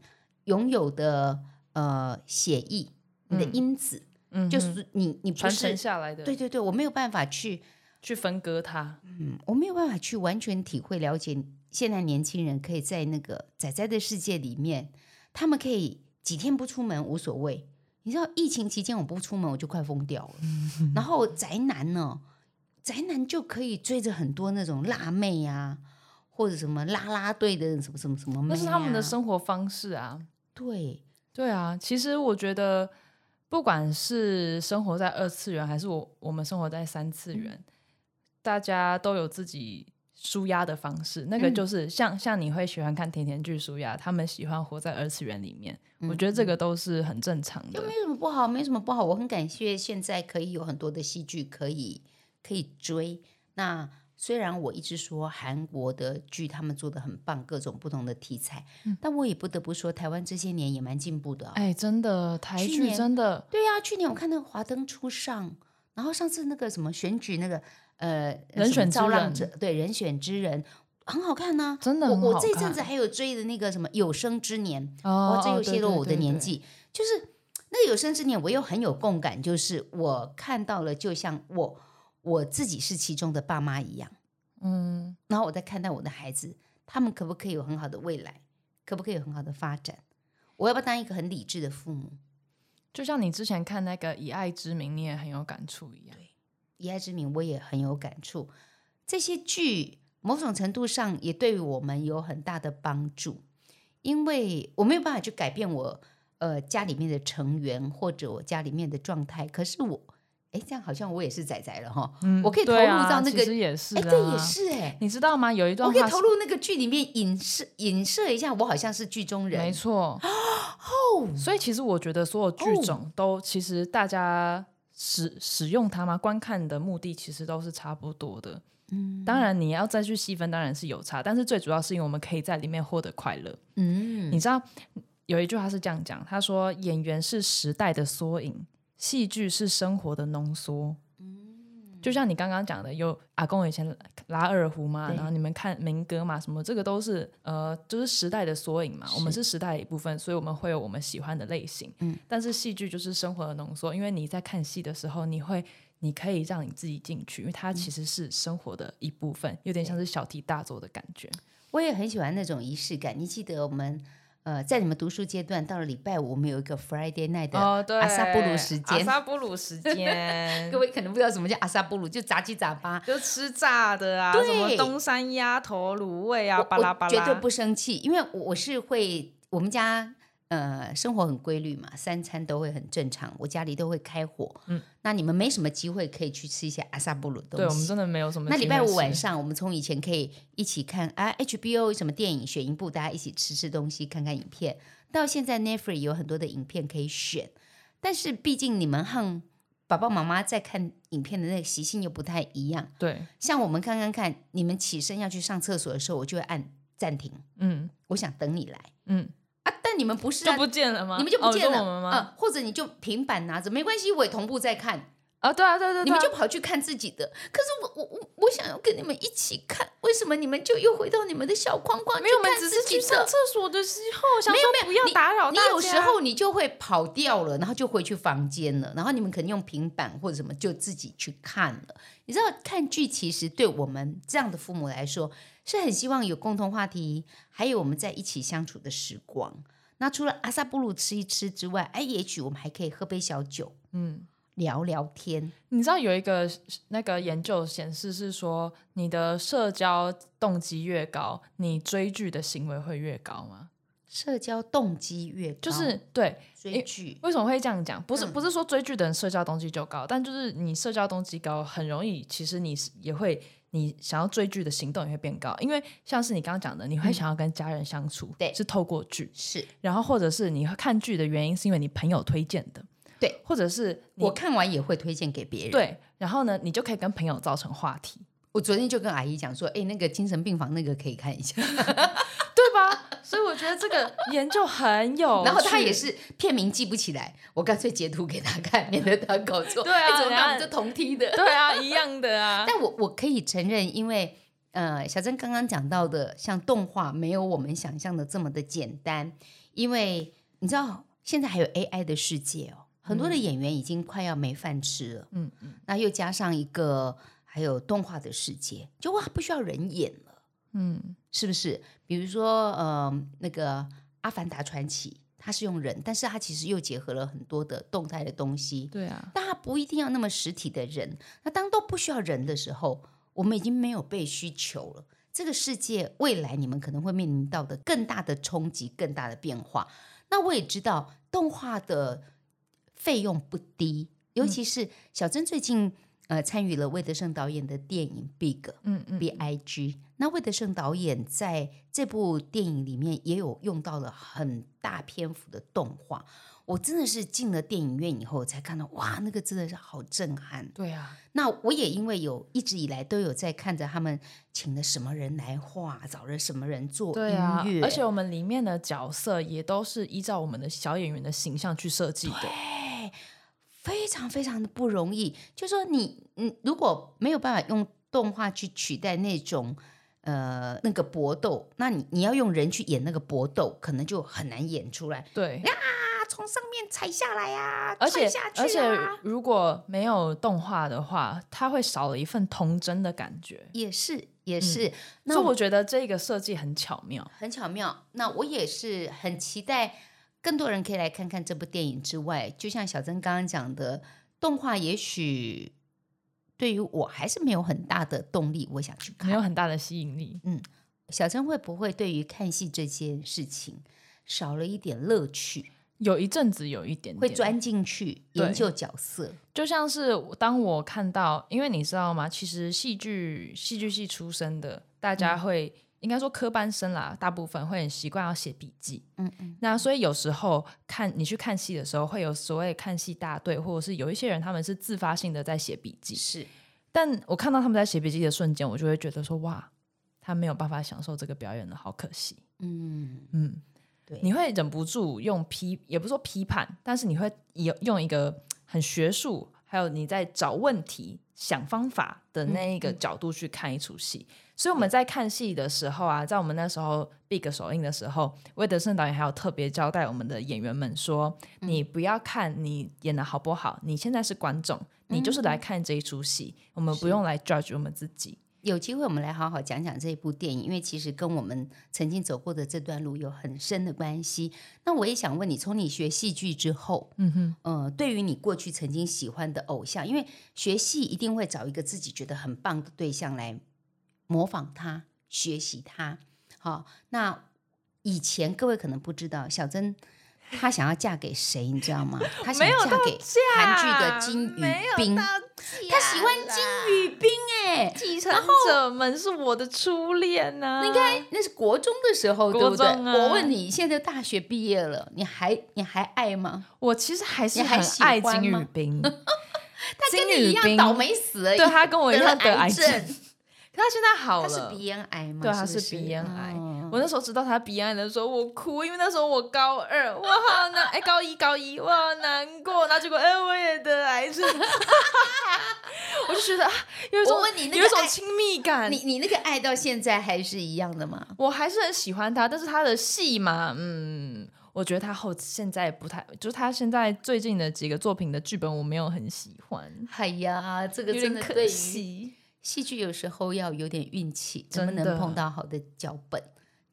Speaker 3: 拥有的呃血液，你的
Speaker 2: 嗯
Speaker 3: 因子，
Speaker 2: 嗯
Speaker 3: 就是你你不
Speaker 2: 传承
Speaker 3: 是
Speaker 2: 下来的，
Speaker 3: 对对对，我没有办法去，
Speaker 2: 去分割它。
Speaker 3: 嗯，我没有办法去完全体会了解现在年轻人可以在那个仔仔的世界里面，他们可以几天不出门无所谓。你知道疫情期间我不出门我就快疯掉了，然后宅男呢，宅男就可以追着很多那种辣妹啊，或者什么啦啦队的什么什么什么妹、
Speaker 2: 那
Speaker 3: 啊，
Speaker 2: 是他们的生活方式啊。
Speaker 3: 对，
Speaker 2: 对啊，其实我觉得，
Speaker 1: 嗯
Speaker 2: 不管是生活在二次元，还是我我们生活在三次元，大家都有自己舒压的方式，那个
Speaker 1: 嗯
Speaker 2: 就是像像你会喜欢看甜甜剧舒压，他们喜欢活在二次元里面，我
Speaker 1: 嗯
Speaker 2: 觉得这个都是很正常的。
Speaker 1: 没什么不好，没什么不好。我很感谢现在可以有很多的戏剧可以可以追。那虽然我一直说韩国的剧他们做的很棒，各种不同的题材，但我也不得不说，台湾这些年也蛮进步的、哦。
Speaker 2: 嗯哎，真的台
Speaker 1: 去
Speaker 2: 剧
Speaker 1: 年
Speaker 2: 真的
Speaker 1: 对呀、去年我看那个《华灯初上》，然后上次那个什么选举那个呃
Speaker 2: 人
Speaker 1: 什么
Speaker 2: 选之
Speaker 1: 造浪
Speaker 2: 人
Speaker 1: 者，对人选之人很好看呐、
Speaker 2: 真的
Speaker 1: 我
Speaker 2: 很
Speaker 1: 我
Speaker 2: 好
Speaker 1: 这一阵
Speaker 2: 看
Speaker 1: 子还有追的那个什么《有生之年》，
Speaker 2: 哦
Speaker 1: 我，这又
Speaker 2: 对
Speaker 1: 泄露
Speaker 2: 对
Speaker 1: 我的
Speaker 2: 对
Speaker 1: 年
Speaker 2: 对
Speaker 1: 纪，就是那个有生之年，我又很有共感，就是我看到了，就像我我自己是其中的爸妈一样，
Speaker 2: 嗯，
Speaker 1: 然后我在看待我的孩子，他们可不可以有很好的未来，可不可以有很好的发展，我要不要当一个很理智的父母？
Speaker 2: 就像你之前看那个《以爱之名》，你也很有感触一样。
Speaker 1: 以爱之名，我也很有感触。这些剧某种程度上也对我们有很大的帮助，因为我没有办法去改变我呃家里面的成员或者我家里面的状态，可是我哎，这样好像我也是仔仔了哈，
Speaker 2: 嗯
Speaker 1: 我可以投
Speaker 2: 对
Speaker 1: 入
Speaker 2: 啊
Speaker 1: 到那
Speaker 2: 其
Speaker 1: 个
Speaker 2: 实也是、
Speaker 1: 哎、
Speaker 2: 啊，
Speaker 1: 这也。是哎、
Speaker 2: 你知道吗？有一段
Speaker 1: 我可以
Speaker 2: 话
Speaker 1: 投
Speaker 2: 是
Speaker 1: 入那个剧里面影射影射一下，我好像是剧中人，Oh！
Speaker 2: 没错。所以其实我觉得所有剧种都，其实大家使使用它嘛，观看的目的其实都是差不多的。嗯，当然你要再去细分，当然是有差，但是最主要是因为我们可以在里面获得快乐。
Speaker 1: 嗯
Speaker 2: 你知道有一句话是这样讲，他说：“演员是时代的缩影，戏剧是生活的浓缩。”
Speaker 1: 嗯
Speaker 2: 就像你刚刚讲的，有阿公以前拉拉二胡嘛，
Speaker 1: 对
Speaker 2: 然后你们看民歌嘛，什么这个都是呃，就是时代的缩影嘛。我们是时代的一部分，所以我们会有我们喜欢的类型。
Speaker 1: 嗯，
Speaker 2: 但是戏剧就是生活的浓缩，因为你在看戏的时候，你会你可以让你自己进去，因为它其实是生活的一部分，有点像是小题大做的感觉。
Speaker 1: 我也很喜欢那种仪式感。你记得我们呃，在你们读书阶段，到了礼拜五，我们有一个 Friday night 的
Speaker 2: 哦，对，
Speaker 1: 阿萨布鲁时
Speaker 2: 阿
Speaker 1: 间。
Speaker 2: 萨布鲁时 间
Speaker 1: 各，位可能不知道什么叫阿萨布鲁，就杂七杂八。
Speaker 2: 就吃炸的啊，
Speaker 1: 对
Speaker 2: 什么东山鸭头、卤味啊，
Speaker 1: 我
Speaker 2: 巴拉
Speaker 1: 我
Speaker 2: 巴拉，
Speaker 1: 绝对不生气，因为我我是会我们家呃生活很规律嘛，三餐都会很正常，我家里都会开火。嗯，那你们没什么机会可以去吃一些阿萨布鲁的东西。
Speaker 2: 对我们真的没有什么。
Speaker 1: 那礼拜五晚，上，我们从以前可以一起看啊 HBO 什么电影选一部，大家一起吃吃东西，看看影片。到现在 Netflix 有很多的影片可以选，但是毕竟你们和爸爸妈妈在看影片的那个习性又不太一样。
Speaker 2: 对，
Speaker 1: 像我们看看看，你们起身要去上厕所的时候，我就会按暂停，
Speaker 2: 嗯
Speaker 1: 我想等你来
Speaker 2: 嗯，
Speaker 1: 啊。但你们不是、
Speaker 2: 就
Speaker 1: 啊，
Speaker 2: 不见了吗？
Speaker 1: 你们就不
Speaker 2: 哦
Speaker 1: 见
Speaker 2: 说
Speaker 1: 了，
Speaker 2: 我们
Speaker 1: 嗯，
Speaker 2: 吗？
Speaker 1: 或者你就平板拿着，没关系，我也同步在看。
Speaker 2: 啊，对啊，对对，对啊
Speaker 1: 你们就跑去看自己的。可是我我我我想要跟你们一起看，为什么你们就又回到你们的小框框去
Speaker 2: 没有，我们
Speaker 1: 看
Speaker 2: 只
Speaker 1: 自
Speaker 2: 是
Speaker 1: 己
Speaker 2: 去上
Speaker 1: 的？
Speaker 2: 厕所的时候，想
Speaker 1: 没有
Speaker 2: 说
Speaker 1: 没有
Speaker 2: 不要打扰
Speaker 1: 你
Speaker 2: 大家。
Speaker 1: 有时候你就会跑掉了，然后就回去房间了，然后你们可能用平板或者什么就自己去看了。你知道看剧其实对我们这样的父母来说是很希望有共同话题，还有我们在一起相处的时光。那除了阿萨布鲁吃一吃之外，哎，也许我们还可以喝杯小酒，
Speaker 2: 嗯，
Speaker 1: 聊聊天。
Speaker 2: 你知道有一个那个研究显示是说，你的社交动机越高，你追剧的行为会越高吗？
Speaker 1: 社交动机越高，
Speaker 2: 就是对，
Speaker 1: 追剧，
Speaker 2: 为什么会这样讲？不是
Speaker 1: 嗯
Speaker 2: 不是说追剧的人社交动机就高，但就是你社交动机高，很容易，其实你是也会你想要追剧的行动也会变高，因为像是你刚刚讲的，你会想要跟家人相处，
Speaker 1: 嗯对
Speaker 2: 是透过剧，
Speaker 1: 是
Speaker 2: 然后或者是你看剧的原因是因为你朋友推荐的，
Speaker 1: 对，
Speaker 2: 或者是你
Speaker 1: 我看完也会推荐给别人。，
Speaker 2: 对，然后呢，你就可以跟朋友造成话题，
Speaker 1: 我昨天就跟阿姨讲说，哎，那个精神病房那个可以看一下，
Speaker 2: 对吧？所以我觉得这 个哦研究很有趣，
Speaker 1: 然后她也是片名记不起来，我干脆截图给她看，免得她搞错。
Speaker 2: 对啊
Speaker 1: 哎怎么
Speaker 2: 等下
Speaker 1: 办？我们就同梯 的。
Speaker 2: 对啊，一样的 啊，
Speaker 1: 但我我可以承认，因为呃，小珍刚刚讲到的，像动画没有我们想象的这么的简单，因为你知道现在还有 AI 的世界哦，很多的演员已经快要没饭吃了，
Speaker 2: 嗯
Speaker 1: 嗯，那又加上一个还有动画的世界，就哇不需要人演了。
Speaker 2: 嗯，
Speaker 1: 是不是？比如说，呃，那个《阿凡达传奇》，它是用人，但是它其实又结合了很多的动态的东西，
Speaker 2: 对啊，
Speaker 1: 但它不一定要那么实体的人。那当都不需要人的时候，我们已经没有被需求了。这个世界未来你们可能会面临到的更大的冲击、更大的变化。那我也知道动画的费用不低，尤其是小珍最近呃参与了魏德圣导演的电影《Big》。
Speaker 2: 嗯嗯
Speaker 1: B I G。那魏德圣导演在这部电影里面也有用到了很大篇幅的动画，我真的是进了电影院以后才看到，哇，那个真的是好震撼。
Speaker 2: 对啊，
Speaker 1: 那我也因为有一直以来都有在看着他们请了什么人来画，找了什么人做
Speaker 2: 对
Speaker 1: 音
Speaker 2: 啊
Speaker 1: 乐，，
Speaker 2: 而且我们里面的角色也都是依照我们的小演员的形象去设计的。
Speaker 1: 非常非常的不容易。就说你，嗯，如果没有办法用动画去取代那种呃那个搏斗，那你你要用人去演那个搏斗，可能就很难演出来。
Speaker 2: 对，
Speaker 1: 啊，从上面踩下来呀、啊，
Speaker 2: 而且、
Speaker 1: 踹下去、啊、
Speaker 2: 而且如果没有动画的话，它会少了一份童真的感觉。
Speaker 1: 也是也是，
Speaker 2: 所以
Speaker 1: 那
Speaker 2: 我觉得这个设计很巧妙。
Speaker 1: 很巧妙。那我也是很期待更多人可以来看看这部电影之外，就像小曾刚刚讲的，动画也许对于我还是没有很大的动力，我想去
Speaker 2: 没
Speaker 1: 看。
Speaker 2: 有很大的吸引力，
Speaker 1: 小曾会不会对于看戏这件事情少了一点乐趣，
Speaker 2: 有一阵子有一点点
Speaker 1: 会钻进去
Speaker 2: 对
Speaker 1: 研究角色？
Speaker 2: 就像是当我看到，因为你知道吗？其实戏剧戏剧系出身的，大
Speaker 1: 嗯
Speaker 2: 家会、应该说科班生啦，大部分会很习惯要写笔记。
Speaker 1: 嗯嗯，
Speaker 2: 那所以有时候看你去看戏的时候，会有所谓看戏大队，或者是有一些人他们是自发性的在写笔记。
Speaker 1: 是
Speaker 2: 但我看到他们在写笔记的瞬间，我就会觉得说，哇，他没有办法享受这个表演了，好可惜。
Speaker 1: 嗯，
Speaker 2: 嗯，
Speaker 1: 对
Speaker 2: 你会忍不住用批，也不是说批判，但是你会有用一个很学术，还有你在找问题、想方法的那一个角度去看一出戏。所以我们在看戏的时候啊，在我们那时候 Big 首映的时候，魏德圣导演还有特别交代我们的演员们说：“你不要看你演的好不好，你现在是观众，你就是来看这一出戏，我们不用来 judge 我们自己。
Speaker 1: 有机会我们来好好讲讲这一部电影，因为其实跟我们曾经走过的这段路有很深的关系。那我也想问你，从你学戏剧之后，嗯哼，呃，对于你过去曾经喜欢的偶像，因为学戏一定会找一个自己觉得很棒的对象来模仿他、学习他。好，那以前各位可能不知道，小珍她想要嫁给谁，你知道吗？她 想
Speaker 2: 没有
Speaker 1: 嫁
Speaker 2: 到
Speaker 1: 给韩剧的
Speaker 2: 啊
Speaker 1: 金宇
Speaker 2: 没有
Speaker 1: 彬，
Speaker 2: 到
Speaker 1: 她喜欢金宇彬哎、
Speaker 2: 继承者们是我的初恋啊呐、
Speaker 1: 应该那是国中的时候，对不对？
Speaker 2: 国中啊
Speaker 1: 我问你，现在大学毕业了，你还你还爱吗？
Speaker 2: 我其实还是
Speaker 1: 你还
Speaker 2: 很
Speaker 1: 喜欢
Speaker 2: 爱金宇
Speaker 1: 吗
Speaker 2: 彬，他
Speaker 1: 他跟你一样倒，霉死而已，
Speaker 2: 对他跟我一样
Speaker 1: 得
Speaker 2: 得
Speaker 1: 了癌
Speaker 2: 癌症，
Speaker 1: 症
Speaker 2: 可他现在
Speaker 1: 他
Speaker 2: 好了。
Speaker 1: 是鼻咽癌吗？
Speaker 2: 对，他
Speaker 1: 是不是
Speaker 2: 鼻咽癌。
Speaker 1: 哦
Speaker 2: 我那时候知道他鼻咽癌的时候，我哭，因为那时候我高二，我好难，哎，高一高一，我好难过。然后结果，哎，我也得 癌症，我就觉得啊，有一种
Speaker 1: 我问你那个
Speaker 2: 有一种
Speaker 1: 爱
Speaker 2: 亲密感
Speaker 1: 你。你那个爱到现在还是一样的吗？
Speaker 2: 我还是很喜欢他，但是他的戏嘛，嗯，我觉得他后现在不太，就是他现在最近的几个作品的剧本我没有很喜欢，
Speaker 1: 哎呀，这个
Speaker 2: 有
Speaker 1: 真的
Speaker 2: 点可
Speaker 1: 对于
Speaker 2: 惜。
Speaker 1: 戏剧有时候要有点运气，能不
Speaker 2: 真的
Speaker 1: 能碰到好的脚本？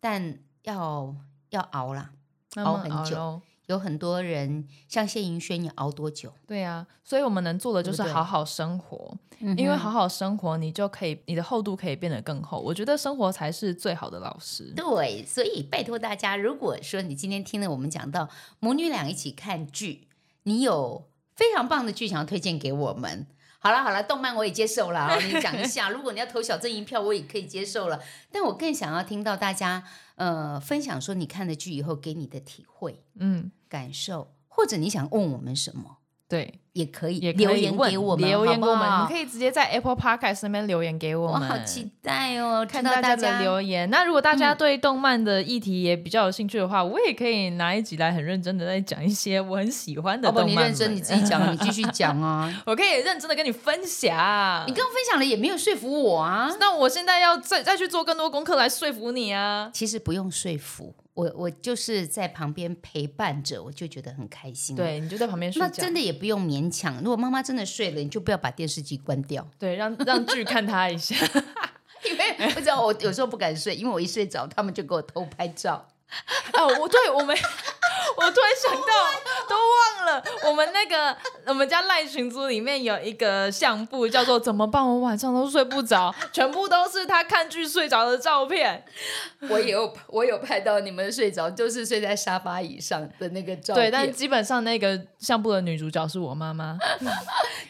Speaker 1: 但要要熬啦，
Speaker 2: 慢慢
Speaker 1: 熬很久
Speaker 2: 哦咯
Speaker 1: 有很多人像谢盈萱，你熬多久？
Speaker 2: 对啊，所以我们能做的就是
Speaker 1: 对不对嗯
Speaker 2: 好好生活，因为好好生活，你就可以你的厚度可以变得更厚。我觉得生活才是最好的老师。
Speaker 1: 对，所以拜托大家，如果说你今天听了我们讲到母女俩一起看剧，你有非常棒的剧想要推荐给我们。好了好了，动漫我也接受了啊，你讲一 下。如果你要投小阵营票，我也可以接受了。但我更想要听到大家呃分享说你看了剧以后给你的体会、
Speaker 2: 嗯，
Speaker 1: 感受，或者你想问我们什么
Speaker 2: 对，
Speaker 1: 也可以，
Speaker 2: 也可以
Speaker 1: 留言
Speaker 2: 问
Speaker 1: 给我们，
Speaker 2: 留言给我
Speaker 1: 好
Speaker 2: 们，
Speaker 1: 不好
Speaker 2: 你可以直接在 Apple Podcast 那边留言给我
Speaker 1: 我
Speaker 2: 们。
Speaker 1: 好期待哦，
Speaker 2: 看
Speaker 1: 知道
Speaker 2: 大
Speaker 1: 大嗯
Speaker 2: 家的留言。那如果大家对动漫的议题也比较有兴趣的话，我也可以拿一集来很认真的来讲一些我很喜欢的
Speaker 1: 哦不，
Speaker 2: 动
Speaker 1: 你
Speaker 2: 漫们。
Speaker 1: 认真你自己 讲，你继续讲啊。
Speaker 2: 我可以认真的跟你分享。
Speaker 1: 你刚刚分享了也没有说服我啊。
Speaker 2: 那我现在要再再去做更多功课来说服你啊。
Speaker 1: 其实不用说服我，我就是在旁边陪伴着，我就觉得很开
Speaker 3: 嗯
Speaker 1: 心。，
Speaker 2: 对，你就在旁边睡
Speaker 1: 那
Speaker 2: 觉
Speaker 1: 真，的也不用勉强。如果妈妈真的睡了，你就不要把电视机关 掉，
Speaker 2: 对，让让剧看他一下。
Speaker 1: 因为不知道我有时候不敢睡，因为我一睡着他们就给我偷拍照。
Speaker 2: 哦，我对我们我突然想
Speaker 3: 哦
Speaker 2: 到，都忘了我们那个我们家赖群组里面有一个相簿，叫做“怎么办？我晚上都睡不 着”，全部都是他看剧睡着的照片。
Speaker 3: 我也有我有拍到你们睡着，就是睡在沙发椅上的那个照片，
Speaker 2: 对，但基本上那个相簿的女主角是我妈妈。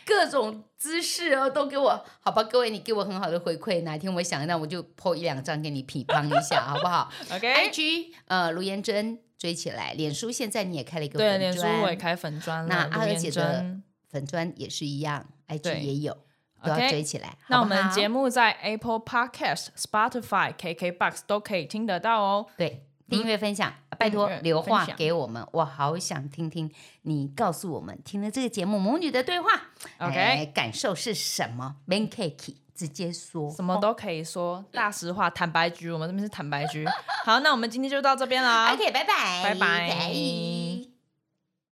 Speaker 3: 各种姿势哦，都给我好吧，各位，你给我很好的回馈，哪天我想让我就 po 一两张给你匹乓一下，好不好
Speaker 2: OK，
Speaker 3: ？IG 呃，卢妍珍追起来，脸书现在你也开了一个
Speaker 2: 对，
Speaker 3: 粉
Speaker 2: 脸书我也
Speaker 3: 砖，
Speaker 2: 开粉砖了，
Speaker 3: 那
Speaker 2: 卢
Speaker 3: 阿娥
Speaker 2: 妍
Speaker 3: 姐的
Speaker 2: 珍
Speaker 3: 粉砖也是一样，IG
Speaker 2: 对
Speaker 3: 也有，都要
Speaker 2: OK
Speaker 3: 追起来。
Speaker 2: 那
Speaker 3: 好
Speaker 2: 我
Speaker 3: 不
Speaker 2: 们
Speaker 3: 好
Speaker 2: 节目在 Apple Podcast、Spotify、KKBox 都可以听得到哦。
Speaker 3: 对订阅分享，拜托
Speaker 2: 嗯订阅
Speaker 3: 留
Speaker 2: 分
Speaker 3: 话
Speaker 2: 享
Speaker 3: 给我们，我好想听听你告诉我们听了这个节目母女的对话
Speaker 2: OK
Speaker 3: 哎感受是什么？Man Cake 直接说
Speaker 2: 什么都可以说，大实话、
Speaker 3: 哎
Speaker 2: 坦白局，我们这边是坦白局。好，那我们今天就到这边啦
Speaker 3: ，OK，拜拜，
Speaker 2: 拜拜
Speaker 3: 再见